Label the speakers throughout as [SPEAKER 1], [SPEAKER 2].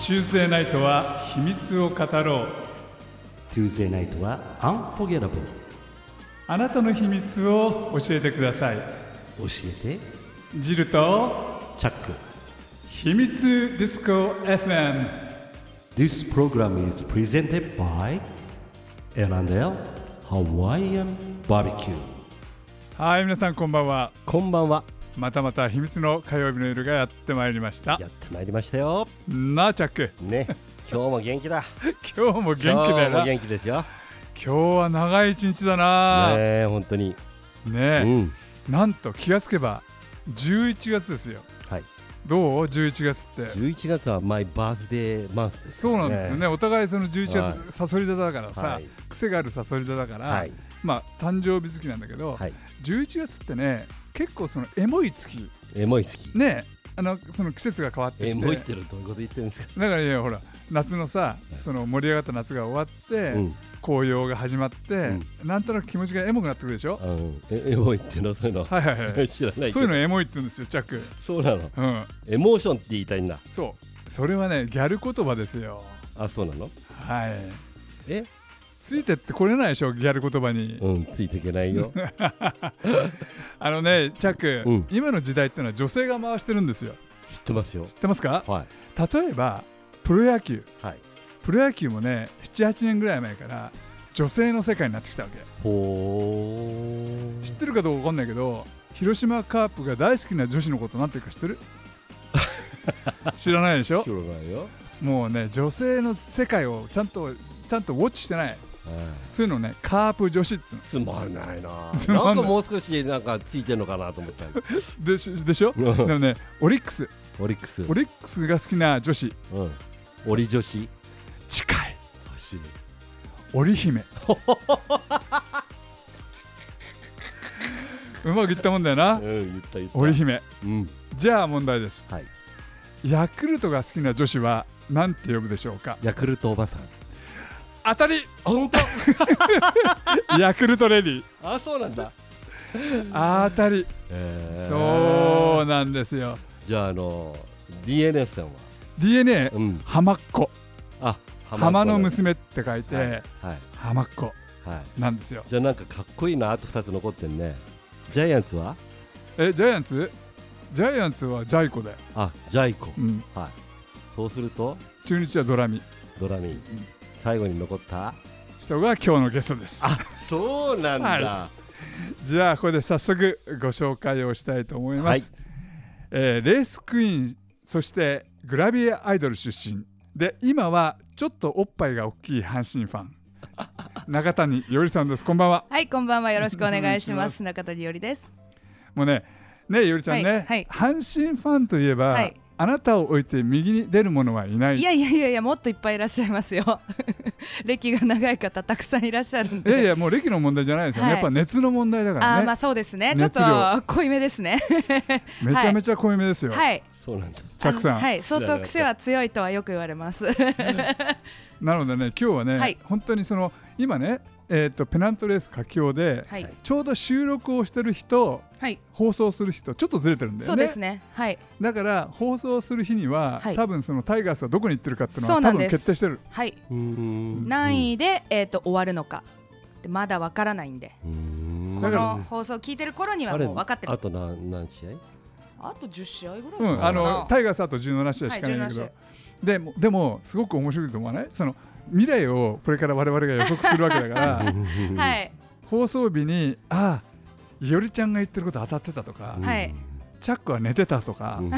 [SPEAKER 1] チューズデーナイトは秘密を語ろう
[SPEAKER 2] Tuesday night は Unforgettable
[SPEAKER 1] あなたの秘密を教えてください
[SPEAKER 2] 教えて
[SPEAKER 1] ジルと
[SPEAKER 2] チャック
[SPEAKER 1] 秘密ディスコ FM
[SPEAKER 2] This program is presented by L&L Hawaiian Barbecue
[SPEAKER 1] はい皆さんこんばんは
[SPEAKER 2] こんばんは
[SPEAKER 1] またまた秘密の火曜日の夜がやってまいりました
[SPEAKER 2] やってまいりましたよ
[SPEAKER 1] なあチャック
[SPEAKER 2] ね 今日も元気だ
[SPEAKER 1] 今日も元気だよ
[SPEAKER 2] 今日も
[SPEAKER 1] な今
[SPEAKER 2] 元気ですよね
[SPEAKER 1] 日は長い一日だなね
[SPEAKER 2] え本当にう
[SPEAKER 1] え、
[SPEAKER 2] ん
[SPEAKER 1] なんと気がつけば11月ですよ
[SPEAKER 2] はい
[SPEAKER 1] どう11月って
[SPEAKER 2] 11月はマイバースデーマンスです
[SPEAKER 1] そうなんですよねお互いその11月、
[SPEAKER 2] はい
[SPEAKER 1] サソリ座だからさ、
[SPEAKER 2] はい
[SPEAKER 1] 癖があるサソリ座だから、
[SPEAKER 2] はい
[SPEAKER 1] まあ誕生日好きなんだけど、
[SPEAKER 2] はい
[SPEAKER 1] 11月ってね結構そのエモい月
[SPEAKER 2] エモい好き
[SPEAKER 1] ねあのその季節が変わって
[SPEAKER 2] エ
[SPEAKER 1] き
[SPEAKER 2] モい
[SPEAKER 1] て
[SPEAKER 2] ってのはどういうこと言ってるんですか
[SPEAKER 1] だからねほら夏のさその盛り上がった夏が終わって、
[SPEAKER 2] うん
[SPEAKER 1] 紅葉が始まって、なんとなく気持ちがエモくなってくるでしょ、
[SPEAKER 2] うんえエモいってのはそういうの
[SPEAKER 1] はいはいはい
[SPEAKER 2] 知らないけど
[SPEAKER 1] そういうのエモいって言うんですよチャック
[SPEAKER 2] そうなの
[SPEAKER 1] うん
[SPEAKER 2] エモーションって言いたいんだ
[SPEAKER 1] そうそれはねギャル言葉ですよ
[SPEAKER 2] あそうなの
[SPEAKER 1] はい
[SPEAKER 2] え
[SPEAKER 1] ついてってこれないでしょギャル言葉に、
[SPEAKER 2] うんついていけな いよ
[SPEAKER 1] あのねチャック、
[SPEAKER 2] うん
[SPEAKER 1] 今の時代ってのは女性が回してるんですよ
[SPEAKER 2] 知ってますよ
[SPEAKER 1] 知ってますか
[SPEAKER 2] はい
[SPEAKER 1] 例えばプロ野球
[SPEAKER 2] はい
[SPEAKER 1] プロ野球もね78年ぐらい前から女性の世界になってきたわけ
[SPEAKER 2] ほ
[SPEAKER 1] 知ってるかどうか分かんないけど広島カープが大好きな女子のことなんていうか知 ってる知らないでしょ
[SPEAKER 2] ー広がるよ
[SPEAKER 1] もうね女性の世界をちゃんとちゃんとウォッチしてない
[SPEAKER 2] はい
[SPEAKER 1] そういうのをねカープ女子っつう
[SPEAKER 2] つまんないな
[SPEAKER 1] つまんな
[SPEAKER 2] な
[SPEAKER 1] い
[SPEAKER 2] んかもう少しなんかついてんのかなと思ったけど
[SPEAKER 1] のでしでしょでもねオリックス
[SPEAKER 2] オリックス
[SPEAKER 1] オリックスが好きな女子
[SPEAKER 2] うんオリ女子
[SPEAKER 1] 近い織姫 うまくいったもんだよな
[SPEAKER 2] うん言った言った
[SPEAKER 1] 織姫
[SPEAKER 2] うん
[SPEAKER 1] じゃあ問題です
[SPEAKER 2] はい
[SPEAKER 1] ヤクルトが好きな女子は何て呼ぶでしょうか
[SPEAKER 2] ヤクルトおばさん
[SPEAKER 1] 当たり
[SPEAKER 2] 本当
[SPEAKER 1] ヤクルトレディ
[SPEAKER 2] あそうな んだ
[SPEAKER 1] 当たりそうなんですよ
[SPEAKER 2] うじゃああの DNS さんは
[SPEAKER 1] DNA
[SPEAKER 2] うん
[SPEAKER 1] 浜っ子
[SPEAKER 2] あ
[SPEAKER 1] 浜の
[SPEAKER 2] 娘
[SPEAKER 1] 娘って書い
[SPEAKER 2] はい
[SPEAKER 1] て
[SPEAKER 2] はい
[SPEAKER 1] 浜っ子
[SPEAKER 2] はい
[SPEAKER 1] なんですよ
[SPEAKER 2] じゃあなんかかっこいいなあと2つ残ってんねジャイアンツは
[SPEAKER 1] えジャイアンツジャイアンツはジャイコだよ、
[SPEAKER 2] あジャイコ
[SPEAKER 1] うん、
[SPEAKER 2] はいそうすると
[SPEAKER 1] 中日はドラミ
[SPEAKER 2] ドラミン最後に残った
[SPEAKER 1] 人が今日のゲストです
[SPEAKER 2] そうなん
[SPEAKER 1] だじゃあここで早速ご紹介をしたいと思います、えーレースクイーンそしてグラビアアイドル出身で今はちょっとおっぱいが大きい阪神ファン中谷よりさんですこんばんは
[SPEAKER 3] はい、こんばんは。よろしくお願いし
[SPEAKER 1] お願いしま
[SPEAKER 3] ま。
[SPEAKER 1] す
[SPEAKER 3] 中田理よりです。
[SPEAKER 1] もうねねよりちゃんね、
[SPEAKER 3] はいはい
[SPEAKER 1] 阪神ファンといえば、
[SPEAKER 3] はい
[SPEAKER 1] あなたを置いて右に出る者はいない
[SPEAKER 3] いやいやいやいや、もっといっぱいいらっしゃいますよ。 歴が長い方、たくさんいらっしゃるん
[SPEAKER 1] いやい
[SPEAKER 3] で。
[SPEAKER 1] やもう歴の問題じゃないですよね、
[SPEAKER 3] はい
[SPEAKER 1] やっぱ熱の問題だか
[SPEAKER 3] あ
[SPEAKER 1] ら
[SPEAKER 3] あ、
[SPEAKER 1] ね、
[SPEAKER 3] まあ、そうですね。ちょっ
[SPEAKER 1] 熱量
[SPEAKER 3] と濃いめですね。
[SPEAKER 1] めちゃめちゃ濃いめですよ、
[SPEAKER 3] はい。
[SPEAKER 2] そうなんだ
[SPEAKER 1] チャックさん、
[SPEAKER 3] あのはい、相当癖は強いとはよく言わ れます。
[SPEAKER 1] なのでね今日はね、
[SPEAKER 3] はい
[SPEAKER 1] 本当にその今ね、えー、とペナントレース佳境で、
[SPEAKER 3] はい。
[SPEAKER 1] ちょうど収録をしてる日と
[SPEAKER 3] はい。
[SPEAKER 1] 放送する日とちょっとずれてるんだよね
[SPEAKER 3] そうですね。はい。
[SPEAKER 1] だから放送する日には、
[SPEAKER 3] はい
[SPEAKER 1] 多分そのタイガースはどこに行ってるかっていうの
[SPEAKER 3] そ
[SPEAKER 1] は
[SPEAKER 3] うな
[SPEAKER 1] 多
[SPEAKER 3] ん
[SPEAKER 1] 分
[SPEAKER 3] です
[SPEAKER 1] 決定してる
[SPEAKER 3] はい。
[SPEAKER 2] うん
[SPEAKER 3] 何位で、えっと、終わるのか。でまだわからないんで。
[SPEAKER 2] うん
[SPEAKER 3] こ
[SPEAKER 1] だから
[SPEAKER 3] の放送を聞いてる頃には
[SPEAKER 2] あれ
[SPEAKER 3] もう分かってる
[SPEAKER 2] あ。と何何試合
[SPEAKER 3] あと10試合ぐらいか
[SPEAKER 1] う
[SPEAKER 3] な。
[SPEAKER 1] ん、あのタイガースあと17試合しかないんだけど、
[SPEAKER 3] はい17
[SPEAKER 1] でもでもすごく面白いと思わないその未来をこれから我々が予測するわけだから
[SPEAKER 3] はい。
[SPEAKER 1] 放送日にああいおりちゃんが言ってること当たってたとか、
[SPEAKER 3] はい
[SPEAKER 1] チャックは寝てたとか、
[SPEAKER 2] うん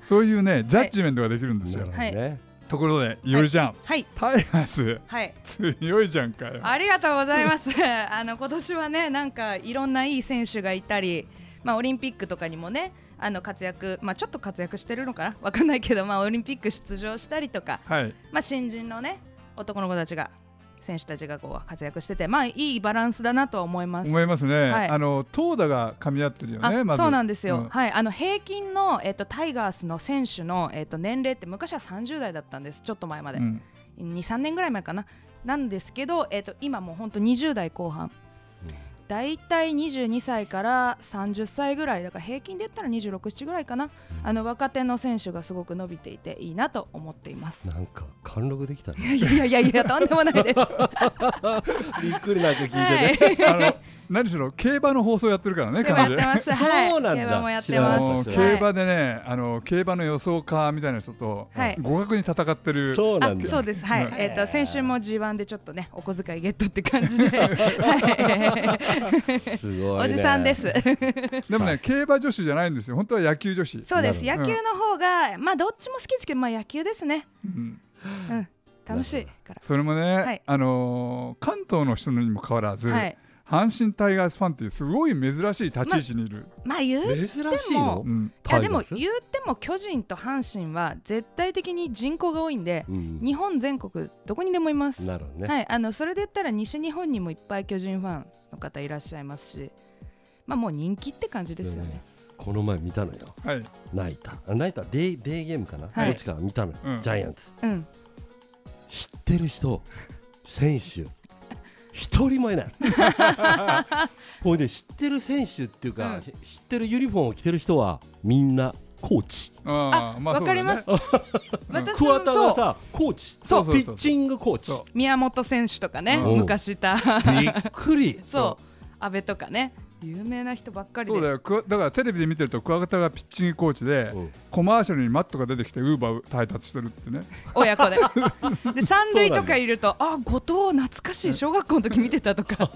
[SPEAKER 1] そういうねジャッジメントができるんですよ、
[SPEAKER 3] はい
[SPEAKER 2] ね
[SPEAKER 1] ところでいおりちゃん、
[SPEAKER 3] はい。
[SPEAKER 1] タイガース
[SPEAKER 3] はい。
[SPEAKER 1] 強いじゃんかよ
[SPEAKER 3] ありがとうございます。 あの今年はね、なんかいろんないい選手がいたり、まあオリンピックとかにもね、あの活躍、まあちょっと活躍してるのかな、 わかんないけど、まあオリンピック出場したりとか、
[SPEAKER 1] はい
[SPEAKER 3] まあ新人のね、男の子たちが選手たちがこう活躍してて、まあいいバランスだなとは思います。
[SPEAKER 1] 思いますね、
[SPEAKER 3] はい
[SPEAKER 1] あの投打が噛み合ってるよ
[SPEAKER 3] あ
[SPEAKER 1] ねまず
[SPEAKER 3] そうなんですよ、
[SPEAKER 1] うん
[SPEAKER 3] はい、あの平均の、えっとタイガースの選手の、えっと年齢って昔は30代だったんです、ちょっと前まで、
[SPEAKER 1] うん
[SPEAKER 3] 23年ぐらい前かななんですけど、えっと今もう本当20代後半大体22歳から30歳ぐらいだから平均で言ったら26、7ぐらいかなあの若手の選手がすごく伸びていていいなと思っています。
[SPEAKER 2] なんか貫禄できたね
[SPEAKER 3] いやいやいやいやとんでもな いです。は
[SPEAKER 2] びっくりなんか聞いてね、
[SPEAKER 3] い、
[SPEAKER 1] あの 何しろ競馬の放送やってるからね
[SPEAKER 3] でもや
[SPEAKER 1] 彼
[SPEAKER 3] って
[SPEAKER 1] 女
[SPEAKER 3] ます。はい、
[SPEAKER 2] そうなんだ
[SPEAKER 3] 競馬もやって
[SPEAKER 2] 知らな
[SPEAKER 1] あ
[SPEAKER 3] ま
[SPEAKER 2] か
[SPEAKER 1] の
[SPEAKER 2] った
[SPEAKER 3] す。
[SPEAKER 2] です
[SPEAKER 1] 競馬でねあの競馬の予想家みたいな人と
[SPEAKER 3] はい
[SPEAKER 1] 互角に戦ってる
[SPEAKER 2] そうな
[SPEAKER 3] あ
[SPEAKER 2] んだよ
[SPEAKER 3] そうです、はい、
[SPEAKER 1] はい
[SPEAKER 3] えっ、と、先週も G1 でちょっとね、お小遣いゲットって感じで。 はい
[SPEAKER 2] すご
[SPEAKER 3] お
[SPEAKER 2] いね
[SPEAKER 3] じさんです。
[SPEAKER 1] でもね競馬女子じゃないんですよ本当は野球女子
[SPEAKER 3] そうです、
[SPEAKER 1] なる
[SPEAKER 3] 野
[SPEAKER 1] ほど
[SPEAKER 3] 球の方が、まあ、どっちも好きですけど、まあ、野球ですね。
[SPEAKER 1] うん
[SPEAKER 3] うん、楽しいから。
[SPEAKER 1] それもね、
[SPEAKER 3] はい
[SPEAKER 1] あのー関東の人にも変わらず、
[SPEAKER 3] はい、
[SPEAKER 1] 阪神タイガースファンっていうすごい珍しい立ち位置にいる、
[SPEAKER 3] まあ、言う。
[SPEAKER 2] 珍しいの
[SPEAKER 1] う、ん
[SPEAKER 3] いやでも
[SPEAKER 2] タイガース
[SPEAKER 3] 言っても巨人と阪神は絶対的に人口が多いんで、
[SPEAKER 2] うん
[SPEAKER 3] 日本全国どこにでもいます、
[SPEAKER 2] なるほどね、
[SPEAKER 3] はい、あのそれで言ったら西日本にもいっぱい巨人ファンの方いらっしゃいますし、まあ、もう人気って感じですよね。
[SPEAKER 2] この前見たのよ
[SPEAKER 1] はい
[SPEAKER 2] 泣いたあ泣いたデイデイゲームかな、
[SPEAKER 3] はい
[SPEAKER 2] どっちか見たのよ、
[SPEAKER 1] うん
[SPEAKER 2] ジャイアンツ
[SPEAKER 3] うん、
[SPEAKER 2] 知ってる人選手一人も いないほいで知ってる選手っていうか、
[SPEAKER 3] うん
[SPEAKER 2] 知ってるユニフォームを着てる人はみんなコーチ
[SPEAKER 1] あーま
[SPEAKER 3] わかります。 私も
[SPEAKER 2] 桑田
[SPEAKER 3] そ
[SPEAKER 2] が
[SPEAKER 3] う
[SPEAKER 2] さコーチ
[SPEAKER 1] そうそうそう
[SPEAKER 2] ピッチングコーチ
[SPEAKER 1] そ
[SPEAKER 3] 宮本選手とかね、
[SPEAKER 2] うん
[SPEAKER 3] 昔いた
[SPEAKER 2] びっくり
[SPEAKER 3] そう阿部とかね有名な人ばっかり
[SPEAKER 1] そうだ
[SPEAKER 3] で
[SPEAKER 1] よくわだからテレビで見てるとクワガタがピッチングコーチで、
[SPEAKER 2] うん
[SPEAKER 1] コマーシャルにマットが出てきてウー バー配達してるってね
[SPEAKER 3] 親子でで三塁とかいるとあ後藤懐かしい小学校の時見てたとか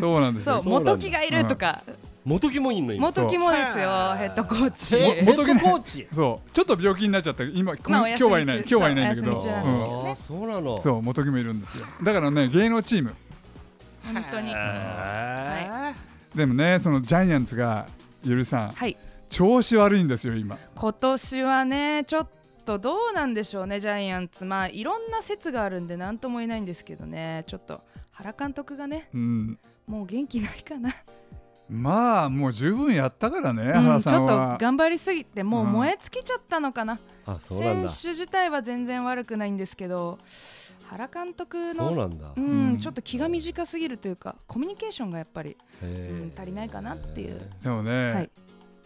[SPEAKER 1] そうなんです
[SPEAKER 3] そう
[SPEAKER 1] よ
[SPEAKER 2] そうなんだ
[SPEAKER 3] 元木がいるとか
[SPEAKER 2] 元木もいんの今
[SPEAKER 3] 元木もですよヘッドコーチ
[SPEAKER 2] えー
[SPEAKER 1] も元木ね
[SPEAKER 2] ヘッドコーチ
[SPEAKER 1] そうちょっと病気になっちゃった今、
[SPEAKER 3] まあ
[SPEAKER 1] 今
[SPEAKER 3] お休み
[SPEAKER 1] 日はいない今
[SPEAKER 3] 中
[SPEAKER 1] 日はいないんだけ
[SPEAKER 3] そ
[SPEAKER 1] ど
[SPEAKER 3] うお休み中なんですけど
[SPEAKER 2] あーそうなの
[SPEAKER 1] うんそう元木もいるんですよだからね芸能チーム
[SPEAKER 3] 本当に
[SPEAKER 2] へ
[SPEAKER 3] は
[SPEAKER 1] でもねそのジャイアンツがゆるさん
[SPEAKER 3] い
[SPEAKER 1] 調子悪いんですよ今
[SPEAKER 3] 今年はねちょっとどうなんでしょうねジャイアンツまあいろんな説があるんで何とも言えないんですけどねちょっと原監督がね
[SPEAKER 1] うん
[SPEAKER 3] もう元気ないかな
[SPEAKER 1] まあもう十分やったからね、
[SPEAKER 3] う
[SPEAKER 1] 原
[SPEAKER 3] んち
[SPEAKER 1] さ
[SPEAKER 3] ょ
[SPEAKER 1] ん
[SPEAKER 3] っ
[SPEAKER 1] は
[SPEAKER 3] と頑張りすぎてもううん燃え尽きちゃったのかな、
[SPEAKER 2] ーあそうなん
[SPEAKER 3] 選
[SPEAKER 2] だ
[SPEAKER 3] 手自体は全然悪くないんですけど原監督の
[SPEAKER 2] そうなんだ
[SPEAKER 1] う
[SPEAKER 3] う
[SPEAKER 1] んん
[SPEAKER 3] ちょっと気が短すぎるというかコミュニケーションがやっぱり
[SPEAKER 2] へ
[SPEAKER 3] うん
[SPEAKER 2] ー
[SPEAKER 3] 足りないかなっていう
[SPEAKER 1] でもね、
[SPEAKER 3] はい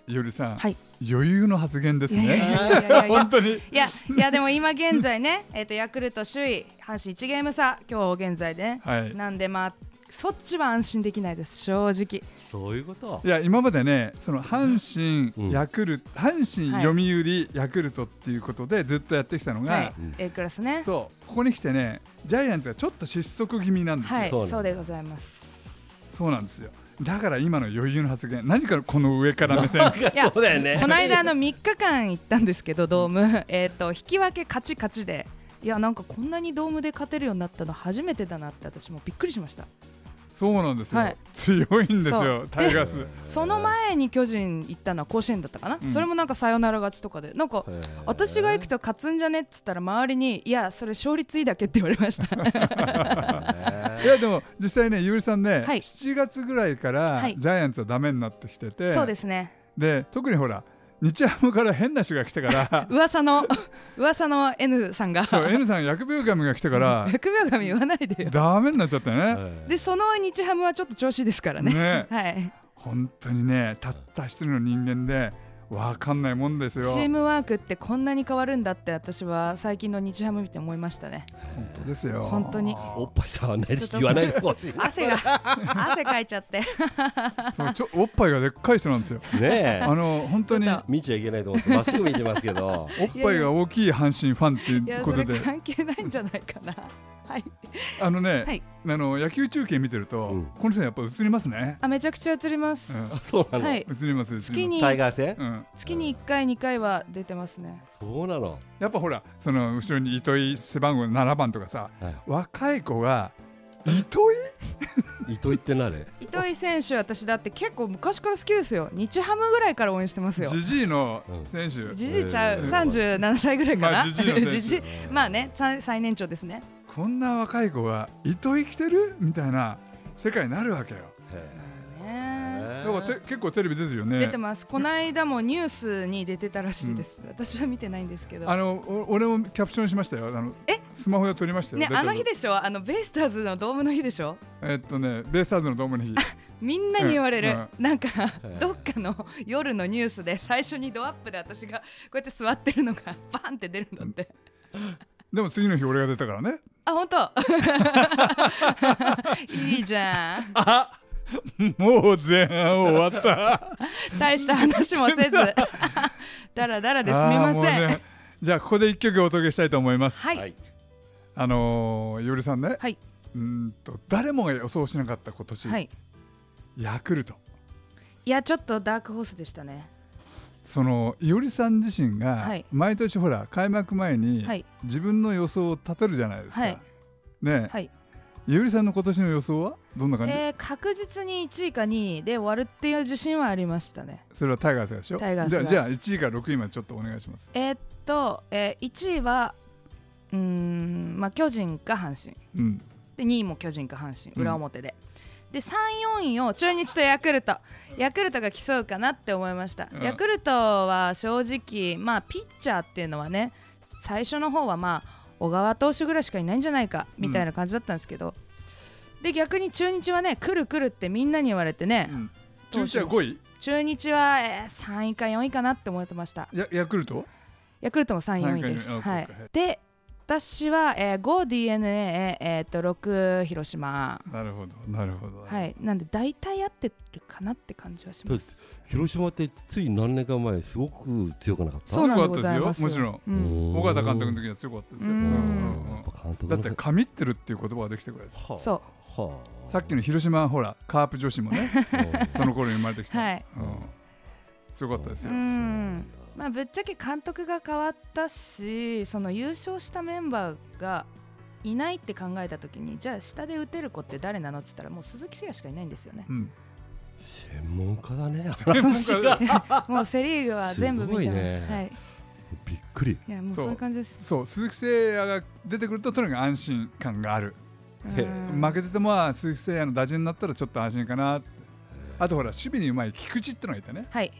[SPEAKER 1] ゆりさん、
[SPEAKER 3] はい
[SPEAKER 1] 余裕の発言です
[SPEAKER 3] いやい
[SPEAKER 1] ね
[SPEAKER 3] やいやいやいや
[SPEAKER 1] 本当に
[SPEAKER 3] いやいやでも今現在ね えっとヤクルト首位阪神1ゲーム差今日現在でね、
[SPEAKER 1] はい
[SPEAKER 3] なんでまあそっちは安心できないです正直
[SPEAKER 2] そういうこと
[SPEAKER 1] いや今までねその阪神、
[SPEAKER 2] うん
[SPEAKER 1] ヤクルト阪
[SPEAKER 3] は
[SPEAKER 1] 神
[SPEAKER 3] い
[SPEAKER 1] 読売、ヤクルトっていうことでずっとやってきたのが、
[SPEAKER 3] はい
[SPEAKER 2] うん
[SPEAKER 3] A クラスね
[SPEAKER 1] そうここに来てねジャイアンツがちょっと失速気味なんですよ、
[SPEAKER 3] はい
[SPEAKER 2] そうなんだ
[SPEAKER 3] そうでございます
[SPEAKER 1] そうなんですよだから今の余裕の発言何からこの上から目線
[SPEAKER 3] いや
[SPEAKER 2] そうだよね
[SPEAKER 3] この間あの3日間行ったんですけどドーム えっと引き分け勝ち勝ちでいやなんかこんなにドームで勝てるようになったの初めてだなって私もびっくりしました
[SPEAKER 1] そうなんですよ、
[SPEAKER 3] はい
[SPEAKER 1] 強いんです
[SPEAKER 3] そ
[SPEAKER 1] よ
[SPEAKER 3] う
[SPEAKER 1] タイガース
[SPEAKER 3] その前に巨人行ったのは甲子園だったかな、
[SPEAKER 1] うん
[SPEAKER 3] それもなんかサヨナラ勝ちとかでなんか
[SPEAKER 2] へー
[SPEAKER 3] 私が行くと勝つんじゃねっつったら周りにいやそれ勝率いいだけって言われました
[SPEAKER 1] いやでも実際ねゆうりさんね、
[SPEAKER 3] はい
[SPEAKER 1] 7月ぐらいから、
[SPEAKER 3] はい
[SPEAKER 1] ジャイアンツはダメになってきてて
[SPEAKER 3] そうですね
[SPEAKER 1] で特にほら日ハムから変な人が来てから
[SPEAKER 3] 噂の噂の N さんが
[SPEAKER 1] そう N さん疫病神が来て から
[SPEAKER 3] 疫病神言わないでよ
[SPEAKER 1] ダメになっちゃった
[SPEAKER 2] へ
[SPEAKER 1] よね
[SPEAKER 2] ー
[SPEAKER 3] でその日ハムはちょっと調子いいですからね
[SPEAKER 1] ね
[SPEAKER 3] はい
[SPEAKER 1] 本当にねたった一人の人間でわかんないもんです
[SPEAKER 3] チ
[SPEAKER 1] よ
[SPEAKER 3] ームワークってこんなに変わるんだって私は最近の日ハム見て思いましたね
[SPEAKER 1] 本当ですよ
[SPEAKER 3] 本当に
[SPEAKER 2] おっぱい触んないで言わないでほしい
[SPEAKER 3] 汗が汗かいちゃって
[SPEAKER 1] そうちょおっぱいがでっかい人なんですよ
[SPEAKER 2] ね え
[SPEAKER 1] あの本当に
[SPEAKER 3] ちょっと
[SPEAKER 2] 見ちゃいけないと思ってまっすぐ見てます けど
[SPEAKER 1] おっぱいが大きい阪神ファンっ
[SPEAKER 3] い
[SPEAKER 1] ていう
[SPEAKER 3] や
[SPEAKER 1] こと
[SPEAKER 3] それ
[SPEAKER 1] で
[SPEAKER 3] 関係ないんじゃないかなはい
[SPEAKER 1] あのね、
[SPEAKER 3] はい
[SPEAKER 1] あの野球中継見てると、
[SPEAKER 2] うん
[SPEAKER 1] この人やっぱ映りますね、
[SPEAKER 3] あめちゃくちゃ映ります、
[SPEAKER 1] う
[SPEAKER 2] そうなの、
[SPEAKER 3] はい
[SPEAKER 1] ん、映ります映ります
[SPEAKER 3] 月に
[SPEAKER 2] タイガー戦、
[SPEAKER 1] うん、
[SPEAKER 3] 月に1回2回は出てますね
[SPEAKER 2] そうなの、
[SPEAKER 1] やっぱほらその後ろに糸井背番号7番とかさ
[SPEAKER 2] は
[SPEAKER 1] 若い子が糸井
[SPEAKER 2] い、糸井ってなれ
[SPEAKER 3] 糸井選手私だって結構昔から好きですよ日ハムぐらいから応援してますよ
[SPEAKER 1] ジジイの選手、
[SPEAKER 3] じじいちゃう
[SPEAKER 2] えー
[SPEAKER 3] 37歳ぐらいか
[SPEAKER 1] ま
[SPEAKER 3] な
[SPEAKER 1] あジジイの 選手
[SPEAKER 3] ジジイまあねさ最年長ですね
[SPEAKER 1] こんな若い子が糸井来てるみたいな世界になるわけよ
[SPEAKER 3] ね
[SPEAKER 1] だからて結構テレビ出てるよね
[SPEAKER 3] 出てますこの間もニュースに出てたらしいです私は見てないんですけど
[SPEAKER 1] あのお俺もキャプションしましたよあの
[SPEAKER 3] え
[SPEAKER 1] スマホで撮りましたよ
[SPEAKER 3] ね
[SPEAKER 1] 出てる
[SPEAKER 3] あの日でしょあのベイスターズのドームの日でしょ
[SPEAKER 1] えっとねベイスターズのドームの日
[SPEAKER 3] みんなに言われる、
[SPEAKER 1] うん
[SPEAKER 3] なんか
[SPEAKER 2] い
[SPEAKER 3] どっかの夜のニュースで最初にドアップで私がこうやって座ってるのがバンって出るのって
[SPEAKER 1] でも次の日俺が出たからね
[SPEAKER 3] あ本当 いいじゃん
[SPEAKER 1] もう前半終わ った
[SPEAKER 3] 大した話も せずだらだらですみません、
[SPEAKER 1] あーもうねじゃあここで一曲お届けしたいと思います
[SPEAKER 3] はい、
[SPEAKER 2] はい
[SPEAKER 1] あのー、よりさんね、
[SPEAKER 3] はいう
[SPEAKER 1] ーんと誰もが予想しなかった今年、
[SPEAKER 3] はい、
[SPEAKER 1] ヤクルト
[SPEAKER 3] いやちょっとダークホースでしたね
[SPEAKER 1] そのいおりさん自身が
[SPEAKER 3] はい
[SPEAKER 1] 毎年ほら開幕前に
[SPEAKER 3] はい
[SPEAKER 1] 自分の予想を立てるじゃないですか、
[SPEAKER 3] はい
[SPEAKER 1] ね
[SPEAKER 3] はい、
[SPEAKER 1] えいおりさんの今年の予想はどんな感じ、
[SPEAKER 3] えー確実に1位か2位で終わるっていう自信はありましたね
[SPEAKER 1] それはタイガースでしょ
[SPEAKER 3] タイガース
[SPEAKER 1] じゃ
[SPEAKER 3] が
[SPEAKER 1] あじゃあ1位から6位までちょっとお願いします
[SPEAKER 3] えーっと、えー、1位はうーんまあ巨人か阪神
[SPEAKER 1] うん
[SPEAKER 3] で2位も巨人か阪神
[SPEAKER 1] うん
[SPEAKER 3] 裏表で、で3位4位を中日とヤクルトヤクルトが競うかなって思いました、
[SPEAKER 1] うん
[SPEAKER 3] ヤクルトは正直まあピッチャーっていうのはね最初の方はまあ小川投手ぐらいしかいないんじゃないかみたいな感じだったんですけど、で逆に中日はね来る来るってみんなに言われてね、
[SPEAKER 1] うん中日は5位
[SPEAKER 3] 中日は、えー3位か4位かなって思ってました
[SPEAKER 1] やヤクルト
[SPEAKER 3] ヤクルトも3位4位です、
[SPEAKER 1] 3位4位
[SPEAKER 3] は
[SPEAKER 1] あ
[SPEAKER 3] い
[SPEAKER 1] OK はい、
[SPEAKER 3] で私は、えー、5 d n a えー、と6広島
[SPEAKER 1] なるほどなるほど、
[SPEAKER 3] はい、なんで大体合ってるかなって感じはします。
[SPEAKER 2] 広島ってつい何年か前すごく強くなかった
[SPEAKER 3] そうなんでございます。
[SPEAKER 1] 強かったですよもち
[SPEAKER 2] う
[SPEAKER 3] うん
[SPEAKER 2] ん
[SPEAKER 1] 尾形監督の時は強かったですよ、
[SPEAKER 3] う
[SPEAKER 2] うんんや
[SPEAKER 1] うん
[SPEAKER 2] っぱ監督
[SPEAKER 1] だ
[SPEAKER 2] の
[SPEAKER 1] って「神ってる」っていう言葉ができてくれた
[SPEAKER 2] はあ
[SPEAKER 3] そ
[SPEAKER 2] はあ
[SPEAKER 1] さっきの広島ほらカープ女子も ね
[SPEAKER 2] うん
[SPEAKER 1] その頃に生まれてきた、
[SPEAKER 3] はい
[SPEAKER 1] うん、強かったです
[SPEAKER 3] う
[SPEAKER 1] よ、
[SPEAKER 3] ん、まあぶっちゃけ監督が変わったし、その優勝したメンバーがいないって考えた時に、じゃあ下で打てる子って誰なのって言ったらもう鈴木誠也しかいないんですよね。
[SPEAKER 1] うん、
[SPEAKER 2] 専門家だね
[SPEAKER 3] もうセリーグは全部見てま
[SPEAKER 2] す
[SPEAKER 3] す。
[SPEAKER 2] ごいね
[SPEAKER 3] はい。
[SPEAKER 2] びっくり
[SPEAKER 3] いやもう
[SPEAKER 1] そう
[SPEAKER 3] そういう感じです。
[SPEAKER 1] そう鈴木誠也が出てくるととにかく安心感がある、
[SPEAKER 2] へ
[SPEAKER 3] うん
[SPEAKER 1] 負けててもまあ鈴木誠也の打順になったらちょっと安心かなってあとほら守備にうまい菊池ってのがいてね
[SPEAKER 3] はい。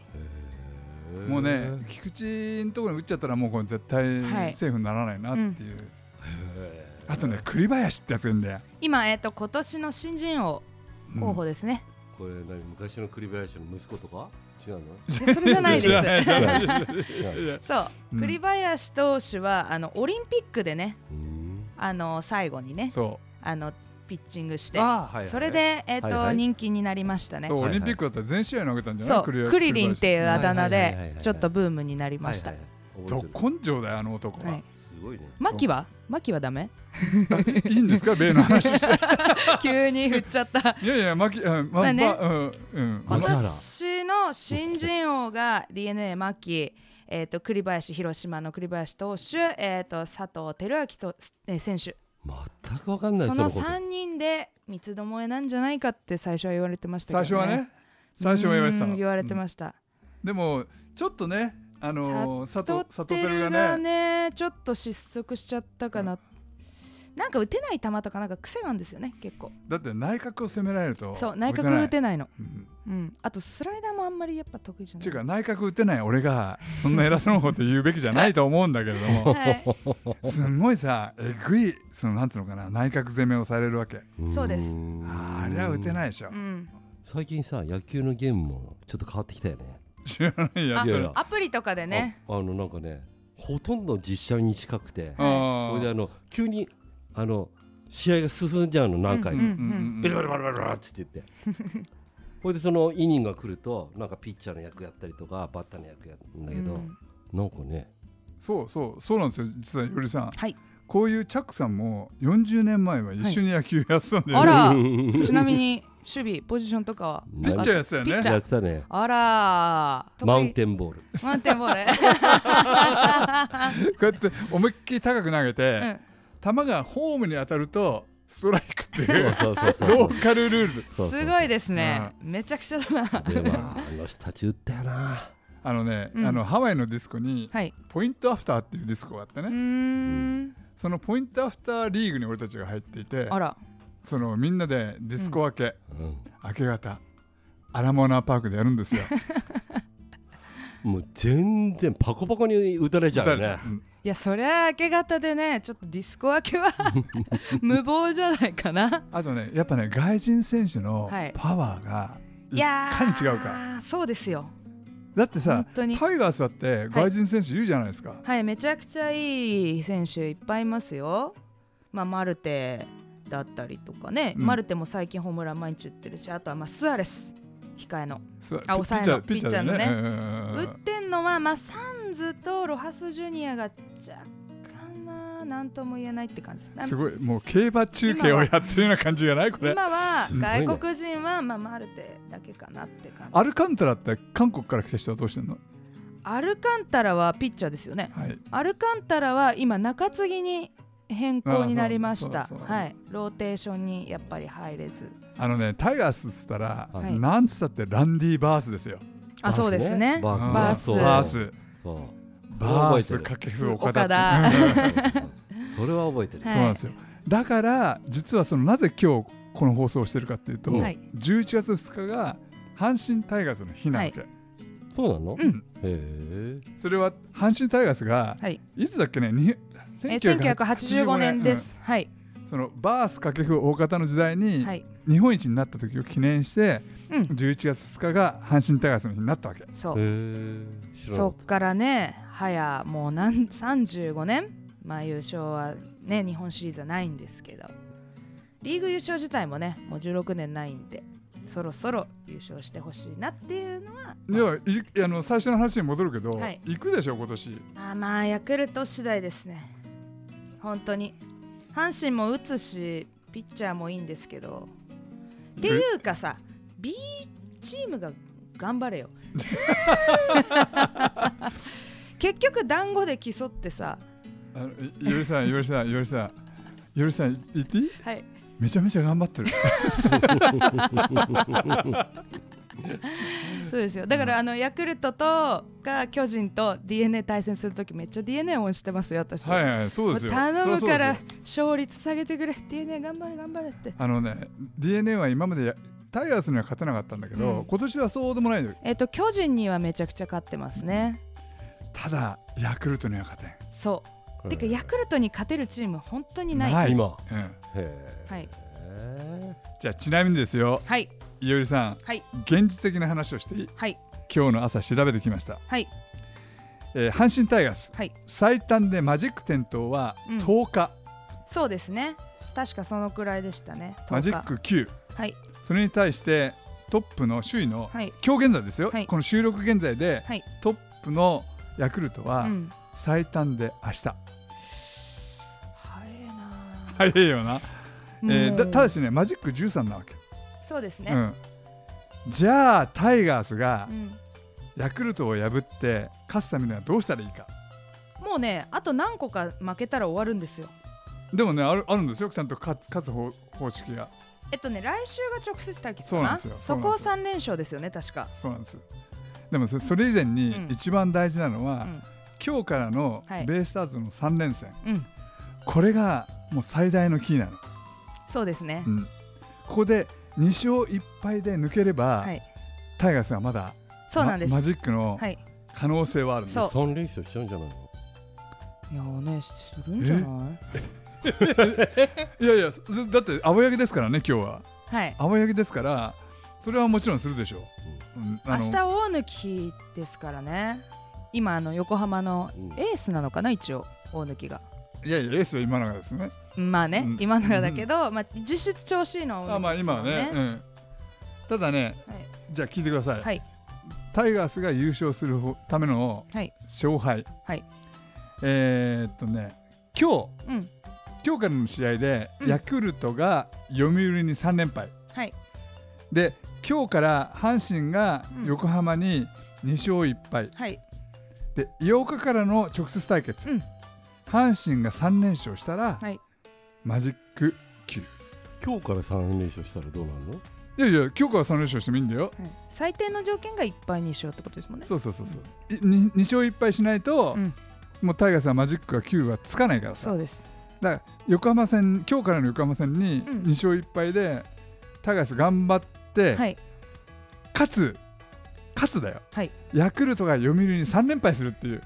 [SPEAKER 1] もうね菊池のところに打っちゃったらもうこれ絶対
[SPEAKER 3] はい
[SPEAKER 1] セーフにならないなっていう、あとね栗林ってやつがいるんだよ、
[SPEAKER 3] 今えっ、と今年の新人王
[SPEAKER 1] うん
[SPEAKER 3] 候補ですね。
[SPEAKER 2] これ何昔の栗林の息子とか違うの
[SPEAKER 3] でそれじゃない です。
[SPEAKER 1] 知らない知らない
[SPEAKER 2] 違う
[SPEAKER 3] そう、
[SPEAKER 1] うん
[SPEAKER 3] 栗林投手はあのオリンピックでね
[SPEAKER 2] うん
[SPEAKER 3] あの最後にね
[SPEAKER 1] そ
[SPEAKER 3] あのピッチングして、
[SPEAKER 2] あーはいはい
[SPEAKER 3] それで、えっと
[SPEAKER 2] はいはい
[SPEAKER 3] 人気になりました
[SPEAKER 1] う
[SPEAKER 3] ね
[SPEAKER 1] そう
[SPEAKER 2] はいは
[SPEAKER 1] オ
[SPEAKER 2] い
[SPEAKER 1] リンピックだったら全試合投げたんじゃない
[SPEAKER 3] そう
[SPEAKER 1] 栗林
[SPEAKER 3] クリリンっていうあだ名
[SPEAKER 2] はいはいはいはい
[SPEAKER 3] で
[SPEAKER 2] はい
[SPEAKER 3] ちょっとブームになりました、
[SPEAKER 2] はいはい
[SPEAKER 1] ど
[SPEAKER 2] 覚えてる
[SPEAKER 1] 根性だよあの男は、
[SPEAKER 3] はい
[SPEAKER 2] すごいね
[SPEAKER 3] 牧は牧はダメ
[SPEAKER 1] いいんですか米の話して
[SPEAKER 3] 急に振っちゃ った
[SPEAKER 1] いやいや牧あま
[SPEAKER 3] まあね
[SPEAKER 1] まうんうん
[SPEAKER 3] 今
[SPEAKER 2] 牧原
[SPEAKER 3] 年の新人王が d n a 牧えっと栗林広島の栗林投手、えっと佐藤輝明と、えー選手
[SPEAKER 2] 全くわかんない
[SPEAKER 3] その
[SPEAKER 2] こと
[SPEAKER 3] 3人で三つどもえなんじゃないかって最初は言われてましたけど、
[SPEAKER 1] 最初はね最初は言われてた
[SPEAKER 3] う
[SPEAKER 1] の
[SPEAKER 3] ん言われて
[SPEAKER 1] す、
[SPEAKER 3] ました、
[SPEAKER 1] うんでもちょっとねあのー佐藤佐
[SPEAKER 3] 佐
[SPEAKER 1] 藤
[SPEAKER 3] 藤
[SPEAKER 1] 輝
[SPEAKER 3] 輝
[SPEAKER 1] が
[SPEAKER 3] が
[SPEAKER 1] ね
[SPEAKER 3] ねちょっと失速しちゃったかな、なんか打てない球とかなんか癖なんですよね結構
[SPEAKER 1] だって内角を攻められると
[SPEAKER 3] そう内角打てないの
[SPEAKER 1] ないうん
[SPEAKER 3] うんあとスライダーもあんまりやっぱ得意じゃ
[SPEAKER 1] っていう
[SPEAKER 3] ない
[SPEAKER 1] か内角打てない俺がそんな偉そうなこと言うべきじゃないと思うんだけれど も
[SPEAKER 3] はい、
[SPEAKER 1] すんごいさえぐいそのなんつうのかな内角攻めをされるわけ
[SPEAKER 3] そうです
[SPEAKER 2] ん
[SPEAKER 1] あれは打てないでしょ
[SPEAKER 3] うん、
[SPEAKER 2] 最近さ野球のゲームもちょっと変わってきたよね
[SPEAKER 1] 知らないや
[SPEAKER 3] あ
[SPEAKER 1] つ
[SPEAKER 2] いやいや
[SPEAKER 3] アプリとかでね
[SPEAKER 2] ああのなんかねほとんど実写に近くて
[SPEAKER 1] あ
[SPEAKER 2] そ
[SPEAKER 1] ー
[SPEAKER 2] れであの急にあの試合が進んじゃうの何回
[SPEAKER 1] う
[SPEAKER 2] か
[SPEAKER 1] んうん
[SPEAKER 2] ビルビルビルビルビルっつって言ってほいでそのイニングが来るとなんかピッチャーの役やったりとかバッターの役やるんだけど、
[SPEAKER 3] うん
[SPEAKER 2] なんかね
[SPEAKER 1] そうそうそうなんですよ実はよりさん
[SPEAKER 3] はい
[SPEAKER 1] こういうチャックさんも40年前は一緒に野球やってたんだよ、
[SPEAKER 3] あら
[SPEAKER 2] や
[SPEAKER 3] ちなみに守備ポジションとかは
[SPEAKER 1] ピッチャーやってたよ
[SPEAKER 3] ピッチ
[SPEAKER 1] ね
[SPEAKER 3] ャー
[SPEAKER 2] ってたね
[SPEAKER 3] あらー得意
[SPEAKER 2] マウンテンボール
[SPEAKER 3] マウンテンボ ール、
[SPEAKER 1] こうやって思いっきり高く投げ
[SPEAKER 3] う
[SPEAKER 1] て、
[SPEAKER 3] ん、
[SPEAKER 1] 球がホームに当たるとストライクっていう
[SPEAKER 2] そうそうそうそ
[SPEAKER 1] ロ
[SPEAKER 2] う
[SPEAKER 1] ーカルルール
[SPEAKER 2] そうそう
[SPEAKER 3] すごいですねめちゃくちゃだな
[SPEAKER 2] でまああの人たち打ったよな
[SPEAKER 1] あのね、
[SPEAKER 3] うん
[SPEAKER 1] あのハワイのディスコに
[SPEAKER 3] はい
[SPEAKER 1] ポイントアフターっていうディスコがあってね、
[SPEAKER 3] うーん
[SPEAKER 1] そのポイントアフターリーグに俺たちが入っていて
[SPEAKER 3] あら
[SPEAKER 1] そのみんなでディスコ明け、
[SPEAKER 2] うん
[SPEAKER 1] 明け方アラモーナーパークでやるんですよ
[SPEAKER 2] もう全然パコパコに打たれちゃうよね
[SPEAKER 1] うん
[SPEAKER 3] いやそりゃ明け方でねちょっとディスコ明け は無謀じゃないかな
[SPEAKER 1] あとねやっぱね外人選手の
[SPEAKER 3] はい
[SPEAKER 1] パワーがい
[SPEAKER 3] いや
[SPEAKER 1] か
[SPEAKER 3] ー
[SPEAKER 1] に違うか
[SPEAKER 3] そうですよ
[SPEAKER 1] だってさ
[SPEAKER 3] 本当に
[SPEAKER 1] タイガースだって外人選手いるじゃないですか、
[SPEAKER 3] はいめちゃくちゃいい選手いっぱいいますよまあマルテだったりとかね、
[SPEAKER 1] うん
[SPEAKER 3] マルテも最近ホームラン毎日打ってるしあとはまあスアレス控えの
[SPEAKER 1] そうピ
[SPEAKER 3] あ抑えの
[SPEAKER 1] ピッチャーだ
[SPEAKER 3] ピッチャー
[SPEAKER 1] うんうんうん
[SPEAKER 3] 打ってんのは、まあ、サンズとロハス・ジュニアが若干ななんとも言えないって感じです
[SPEAKER 1] す
[SPEAKER 3] ね。
[SPEAKER 1] ごいもう競馬中継をやってるような感じがないこれ
[SPEAKER 3] 今は
[SPEAKER 2] すごいね
[SPEAKER 3] 外国人は、まあ、マルテだけかなって感じ
[SPEAKER 1] アルカンタラって韓国から来た人はどうしてんの、
[SPEAKER 3] アルカンタラはピッチャーですよね
[SPEAKER 1] はい、
[SPEAKER 3] アルカンタラは今中継ぎに変更になりまし
[SPEAKER 1] あ
[SPEAKER 3] た
[SPEAKER 1] そうだそうだ
[SPEAKER 3] はいローテーションにやっぱり入れず
[SPEAKER 1] あのねタイガースっつったら、
[SPEAKER 3] はい
[SPEAKER 1] なんつったってランディ・バースですよ
[SPEAKER 3] あそうですね
[SPEAKER 2] バ
[SPEAKER 1] うん
[SPEAKER 2] ースね
[SPEAKER 1] バ
[SPEAKER 3] バ
[SPEAKER 1] ー
[SPEAKER 3] ー
[SPEAKER 1] ス
[SPEAKER 2] そう
[SPEAKER 1] バース
[SPEAKER 2] 覚えてる
[SPEAKER 1] 掛布岡
[SPEAKER 3] 岡
[SPEAKER 1] 田
[SPEAKER 3] 田
[SPEAKER 1] ってうん
[SPEAKER 2] そうそうそうそれは覚えてる
[SPEAKER 1] そ
[SPEAKER 3] は
[SPEAKER 1] う
[SPEAKER 3] い
[SPEAKER 1] なんですよだから実はそのなぜ今日この放送をしてるかっていうと、
[SPEAKER 3] はい
[SPEAKER 1] 11月2日が阪神タイガースの日なわけ、
[SPEAKER 2] そうなの
[SPEAKER 3] うん
[SPEAKER 2] へ
[SPEAKER 1] それは阪神タイガースが
[SPEAKER 3] はい
[SPEAKER 1] いつだっけねに
[SPEAKER 3] え1985年で、すはい
[SPEAKER 1] うんそのバース掛布大方の時代に
[SPEAKER 3] はい
[SPEAKER 1] 日本一になった時を記念して
[SPEAKER 3] うん
[SPEAKER 1] 11月2日が阪神タイガースの日になったわけ
[SPEAKER 3] そう
[SPEAKER 2] え
[SPEAKER 3] そっからね、はやもうなん35年、まあ、優勝は、ね、日本シリーズはないんですけど、リーグ優勝自体もね、もう16年ないんで、そろそろ優勝してほしいなっていうのは、
[SPEAKER 1] ではいあの最初の話に戻るけど、
[SPEAKER 3] はい
[SPEAKER 1] 行くでしょ今年
[SPEAKER 3] あまあ、ヤクルト次第ですね、本当に。阪神も打つし、ピッチャーもいいんですけど、っていうかさ、B チームが頑張れ よ。結局、団子で競ってさ、
[SPEAKER 1] あのいよりさんよりさんよりさんよりさんい言っていい
[SPEAKER 3] はい、
[SPEAKER 1] めちゃめちゃ頑張 ってる
[SPEAKER 3] そうですよだから、あのヤクルトとか巨人と d n a 対戦するときめっちゃ d n a 応援してますよ私、
[SPEAKER 1] はいはいそう
[SPEAKER 3] も
[SPEAKER 1] で
[SPEAKER 3] う
[SPEAKER 1] すよ
[SPEAKER 3] 頼
[SPEAKER 1] そりゃ
[SPEAKER 3] む
[SPEAKER 1] そうで
[SPEAKER 3] か
[SPEAKER 1] すよ
[SPEAKER 3] ら勝率下げてくれ d n a 頑張れ頑張れって
[SPEAKER 1] あのね d n a は今までやタイガースには勝てなかったんだけど、
[SPEAKER 3] うん
[SPEAKER 1] 今年はそうでもないのよ
[SPEAKER 3] えっ、と巨人にはめちゃくちゃ勝ってますね
[SPEAKER 1] ただヤクルトには勝てん
[SPEAKER 3] そうてかヤクルトに勝てるチーム本当にない
[SPEAKER 1] な
[SPEAKER 3] はいい、
[SPEAKER 2] 今
[SPEAKER 1] うん、
[SPEAKER 2] へ
[SPEAKER 3] はい
[SPEAKER 2] え
[SPEAKER 1] じゃあちなみにですよ
[SPEAKER 3] はい
[SPEAKER 1] いおりさん
[SPEAKER 3] はい
[SPEAKER 1] 現実的な話をしていい
[SPEAKER 3] はい
[SPEAKER 1] 今日の朝調べてきました、
[SPEAKER 3] はい
[SPEAKER 1] えー阪神タイガース
[SPEAKER 3] はい
[SPEAKER 1] 最短でマジック点灯は
[SPEAKER 3] うん
[SPEAKER 1] 10日、
[SPEAKER 3] そうですね確かそのくらいでしたね10日
[SPEAKER 1] マジック9
[SPEAKER 3] はい
[SPEAKER 1] それに対してトップの首位の、
[SPEAKER 3] はい
[SPEAKER 1] 今日現在ですよ、
[SPEAKER 3] はい
[SPEAKER 1] この収録現在で、
[SPEAKER 3] はい
[SPEAKER 1] トップのヤクルト
[SPEAKER 3] う
[SPEAKER 1] は
[SPEAKER 3] ん
[SPEAKER 1] 最短で明日、
[SPEAKER 3] 早いなあ
[SPEAKER 1] 早いよな、えーだ
[SPEAKER 3] もう
[SPEAKER 1] ただしねマジック13なわけ、
[SPEAKER 3] そうです
[SPEAKER 1] う
[SPEAKER 3] ね、
[SPEAKER 1] ん、じゃあタイガースが
[SPEAKER 3] うん、
[SPEAKER 1] ヤクルトを破って勝つためにはどうしたらいいか
[SPEAKER 3] もうねあと何個か負けたら終わるんですよ
[SPEAKER 1] でもねあるあるんですよちゃんと勝つ勝つ方方式が
[SPEAKER 3] えっとね来週が直接対決
[SPEAKER 1] そ
[SPEAKER 3] か
[SPEAKER 1] うなん
[SPEAKER 3] な
[SPEAKER 1] ですよ
[SPEAKER 3] そこを3連勝ですよね確か、
[SPEAKER 1] そうなんですでもそそれ以前に
[SPEAKER 3] うん
[SPEAKER 1] 一番大事なの
[SPEAKER 3] う
[SPEAKER 1] は、
[SPEAKER 3] ん
[SPEAKER 1] 今日からの
[SPEAKER 3] はい
[SPEAKER 1] ベイスターズの3連戦、
[SPEAKER 3] うん、
[SPEAKER 1] これがもう最大のキーなの、
[SPEAKER 3] そうですね、
[SPEAKER 1] うんここで2勝1敗で抜ければ、
[SPEAKER 3] はい
[SPEAKER 1] タイガースはまだ
[SPEAKER 3] そうなんです、
[SPEAKER 1] まマジックの
[SPEAKER 3] はい
[SPEAKER 1] 可能性はあるんです、
[SPEAKER 3] そう
[SPEAKER 2] 三連勝しちゃうんじゃないの
[SPEAKER 3] いやーねするんじゃない
[SPEAKER 1] いやいやそだって青柳ですからね今日は
[SPEAKER 3] はい
[SPEAKER 1] 青柳ですからそれはもちろんするでしょう、うんあ
[SPEAKER 3] 明
[SPEAKER 1] の
[SPEAKER 3] 日大貫ですからね今あの横浜の
[SPEAKER 2] うん
[SPEAKER 3] エースなのかな一応大貫が
[SPEAKER 1] いやいやエースは今永ですね
[SPEAKER 3] まあね、
[SPEAKER 1] うん
[SPEAKER 3] 今のがだけど、まあ、実質調子いいのは大
[SPEAKER 1] あまあ
[SPEAKER 3] 貫です
[SPEAKER 1] 今
[SPEAKER 3] も
[SPEAKER 1] は
[SPEAKER 3] ん
[SPEAKER 1] ねうん、ただねじゃあ聞いてください、
[SPEAKER 3] はい、はい
[SPEAKER 1] タイガースが優勝する方ための
[SPEAKER 3] はい
[SPEAKER 1] 勝敗、
[SPEAKER 3] はい
[SPEAKER 1] えーっとね今日
[SPEAKER 3] うん
[SPEAKER 1] 今日からの試合で、
[SPEAKER 3] うん
[SPEAKER 1] ヤクルトが読売に3連敗
[SPEAKER 3] はい
[SPEAKER 1] で今日から阪神が
[SPEAKER 3] うん
[SPEAKER 1] 横浜に2勝1敗、
[SPEAKER 3] はい
[SPEAKER 1] で8日からの直接対決、
[SPEAKER 3] うん
[SPEAKER 1] 阪神が3連勝したら、
[SPEAKER 3] はい
[SPEAKER 1] マジック
[SPEAKER 2] 今日から三連勝したらどうなるの
[SPEAKER 1] いやいや今日から3連勝してもいいんだよ
[SPEAKER 3] はい最低の条件がいっぱいにしようってことですもんね
[SPEAKER 1] そうそうそうそういに 2, 勝1敗しないと、
[SPEAKER 3] うん
[SPEAKER 1] もうタイガースはマジックが9はつかないからさ
[SPEAKER 3] そうです
[SPEAKER 1] だから横浜戦今日からの横浜戦に
[SPEAKER 3] うん
[SPEAKER 1] 2勝1敗で、タイガース頑張って、
[SPEAKER 3] はい
[SPEAKER 1] かつ勝かつだよ、
[SPEAKER 3] はい
[SPEAKER 1] ヤクルトが読売に3連敗するっていう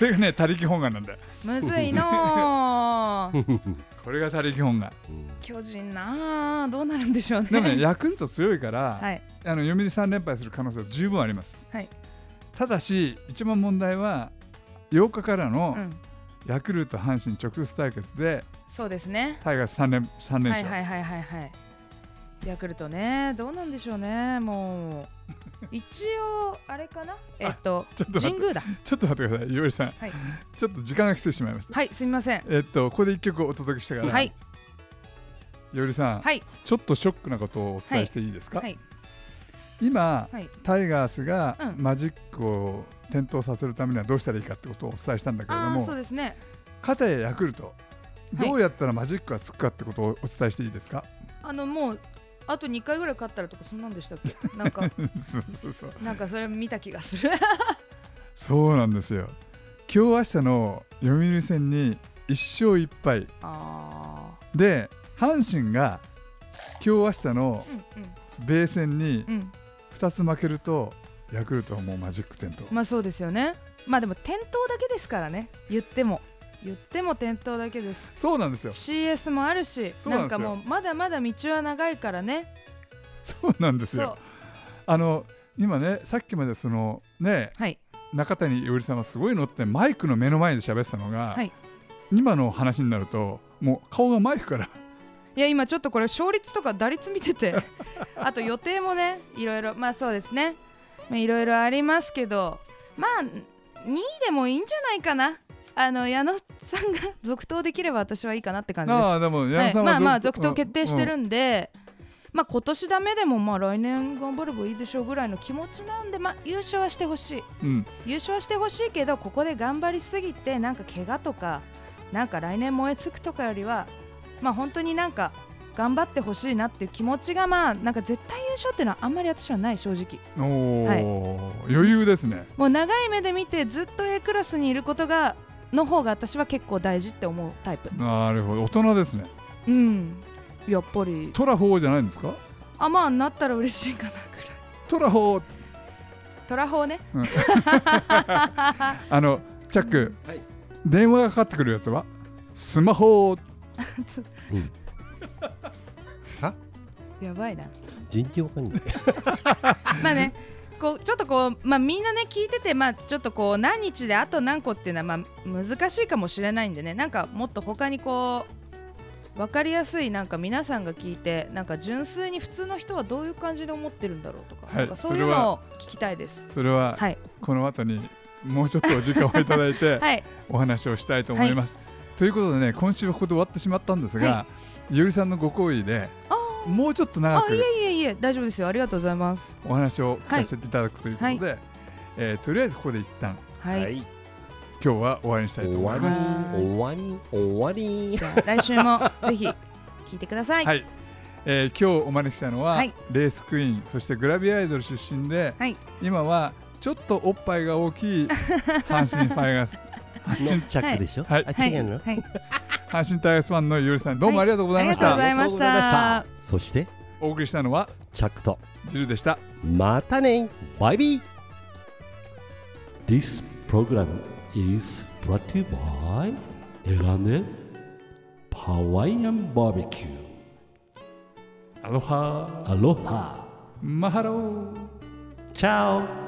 [SPEAKER 1] これがね他力本願なんだよ
[SPEAKER 3] むずいの ー
[SPEAKER 1] これが他力本願
[SPEAKER 3] 巨人なーどうなるんでしょうね
[SPEAKER 1] でもねヤクルト強いから、
[SPEAKER 3] はい
[SPEAKER 1] あの読売3連敗する可能性は十分あります、
[SPEAKER 3] はい
[SPEAKER 1] ただし一番問題は8日からの
[SPEAKER 3] うん
[SPEAKER 1] ヤクルト阪神直接対決で
[SPEAKER 3] そうですね
[SPEAKER 1] タイガース3連 ,3 連
[SPEAKER 3] はい
[SPEAKER 1] 勝、
[SPEAKER 3] はいはいはいはいヤクルトねどうなんでしょうね もう一応あれかなえっと
[SPEAKER 1] ちょっと待っ
[SPEAKER 3] 神
[SPEAKER 1] て
[SPEAKER 3] 宮だ
[SPEAKER 1] ちょっと待ってください、ゆおりさん、
[SPEAKER 3] はい
[SPEAKER 1] ちょっと時間が来てしまいました。
[SPEAKER 3] はいすみません
[SPEAKER 1] えっと、ここで一曲お届けしてから、
[SPEAKER 3] はい
[SPEAKER 1] ゆおりさん、
[SPEAKER 3] はい
[SPEAKER 1] ちょっとショックなことをお伝えしていいですか、
[SPEAKER 3] はい
[SPEAKER 1] 今、
[SPEAKER 3] はい
[SPEAKER 1] タイガースが
[SPEAKER 3] うん
[SPEAKER 1] マジックを点灯させるためにはどうしたらいいかってことをお伝えしたんだけれど
[SPEAKER 3] ああー
[SPEAKER 1] も
[SPEAKER 3] そう、ですね
[SPEAKER 1] 片やヤクルト、
[SPEAKER 3] はい
[SPEAKER 1] どうやったらマジックがつくかってことをお伝えしていいですか、
[SPEAKER 3] あのもうあと2回ぐらい勝ったらとかそんなんでしたっ けなんか
[SPEAKER 1] そうそうそう
[SPEAKER 3] なんかそれ見た気がす る
[SPEAKER 1] そうなんですよ。今日明日の読売戦に1勝1敗
[SPEAKER 3] あ
[SPEAKER 1] で阪神が今日明日の
[SPEAKER 3] ーうん
[SPEAKER 1] 米戦に
[SPEAKER 3] うんうん
[SPEAKER 1] 2つ負けるとヤクルトはもうマジック点と、
[SPEAKER 3] まあそうですよねまあでも点灯だけですからね言っても言っても点灯だけです
[SPEAKER 1] そうなんですよ
[SPEAKER 3] CS もあるし
[SPEAKER 1] そう
[SPEAKER 3] な
[SPEAKER 1] なん
[SPEAKER 3] ん
[SPEAKER 1] です
[SPEAKER 3] か
[SPEAKER 1] よ
[SPEAKER 3] もうまだまだ道は長いからね
[SPEAKER 1] そうなんです
[SPEAKER 3] そう
[SPEAKER 1] よあの今ねさっきまでそのね
[SPEAKER 3] はい
[SPEAKER 1] 中谷伊織さんはすごいのってマイクの目の前で喋ってたのが、
[SPEAKER 3] はい
[SPEAKER 1] 今の話になるともう顔がマイクから
[SPEAKER 3] いや今ちょっとこれ勝率とか打率見 ててあと予定もねいろいろまあそうですねまあいろいろありますけどまあ2位でもいいんじゃないかなあの矢野さんが 続投できれば私はいいかなって感じです、
[SPEAKER 1] ああでも矢
[SPEAKER 3] は
[SPEAKER 1] 野
[SPEAKER 3] い、
[SPEAKER 1] さんは
[SPEAKER 3] まあまあ続投決定して、
[SPEAKER 1] う
[SPEAKER 3] るんで、まあ今年ダメでもまあ来年頑張ればいいでしょうぐらいの気持ちなんでまあ優勝はしてほしい
[SPEAKER 1] んうん
[SPEAKER 3] 優勝はしてほしいけどここで頑張りすぎてなんか怪我とかなんか来年燃え尽くとかよりはまあ本当になんか頑張ってほしいなっていう気持ちがまあなんか絶対優勝っていうのはあんまり私はない正直
[SPEAKER 1] うんおー余裕ですね
[SPEAKER 3] もう長い目で見てずっと A クラスにいることがの方が私は結構大事って思うタイプ
[SPEAKER 1] なるほど大人ですね
[SPEAKER 3] うんやっぱり
[SPEAKER 1] トラフォーじゃないんですか
[SPEAKER 3] あまあなったら嬉しいかなぐらい
[SPEAKER 1] トラフォー
[SPEAKER 3] トラホーね
[SPEAKER 1] あのチャック、
[SPEAKER 2] はい
[SPEAKER 1] 電話がかかってくるやつはスマホ
[SPEAKER 3] やばいな
[SPEAKER 2] 人気わかんない。
[SPEAKER 3] まあねこうちょっとこう、まあ、みんなね聞いてて、まあ、ちょっとこう何日であと何個っていうのは、まあ、難しいかもしれないんでねなんかもっと他にこう分かりやすいなんか皆さんが聞いてなんか純粋に普通の人はどういう感じで思ってるんだろうとか,、
[SPEAKER 1] はい
[SPEAKER 3] なんかそういう
[SPEAKER 1] それは
[SPEAKER 3] のを聞きたいです。
[SPEAKER 1] それは
[SPEAKER 3] はい、
[SPEAKER 1] この後にもうちょっとお時間をいただいて、
[SPEAKER 3] はい、
[SPEAKER 1] お話をしたいと思います、ということでね今週はここで終わってしまったんですが、、
[SPEAKER 3] はい
[SPEAKER 1] よりさんのご好意で
[SPEAKER 3] あ
[SPEAKER 1] もうちょっと
[SPEAKER 3] ー
[SPEAKER 1] 長
[SPEAKER 3] あい
[SPEAKER 1] く
[SPEAKER 3] えいえいえ大丈夫ですよありがとうございます。
[SPEAKER 1] お話を聞かせていただくということで、えーとりあえずここで一旦
[SPEAKER 3] はい、
[SPEAKER 2] い。
[SPEAKER 1] 今日は終わりにしたいと
[SPEAKER 2] 終
[SPEAKER 1] 思
[SPEAKER 2] わ
[SPEAKER 1] い
[SPEAKER 2] り
[SPEAKER 1] ます。
[SPEAKER 2] 終わり終わり。
[SPEAKER 3] じゃあ来週もぜひ聞いてください。
[SPEAKER 1] はいえー今日お招きしたのは、
[SPEAKER 3] はい
[SPEAKER 1] レースクイーンそしてグラビアアイドル出身で、
[SPEAKER 3] はい
[SPEAKER 1] 今はちょっとおっぱいが大 きい阪神ファイガース
[SPEAKER 2] のチャックでしょ。
[SPEAKER 1] はい
[SPEAKER 2] あ
[SPEAKER 3] はい
[SPEAKER 2] 違うの。
[SPEAKER 3] はい、
[SPEAKER 1] 阪神タイガースファンのゆりさんどうもありがとうございました、
[SPEAKER 3] はいありがとうございました
[SPEAKER 2] ありがとうございましたそして
[SPEAKER 1] お送りしたのは
[SPEAKER 2] チャックと
[SPEAKER 1] ジルでした
[SPEAKER 2] またねバイビー This program is brought to you by エラネハワイアンバーベキュ
[SPEAKER 1] アロハ
[SPEAKER 2] ーアロハ
[SPEAKER 1] マハロー
[SPEAKER 2] チャオ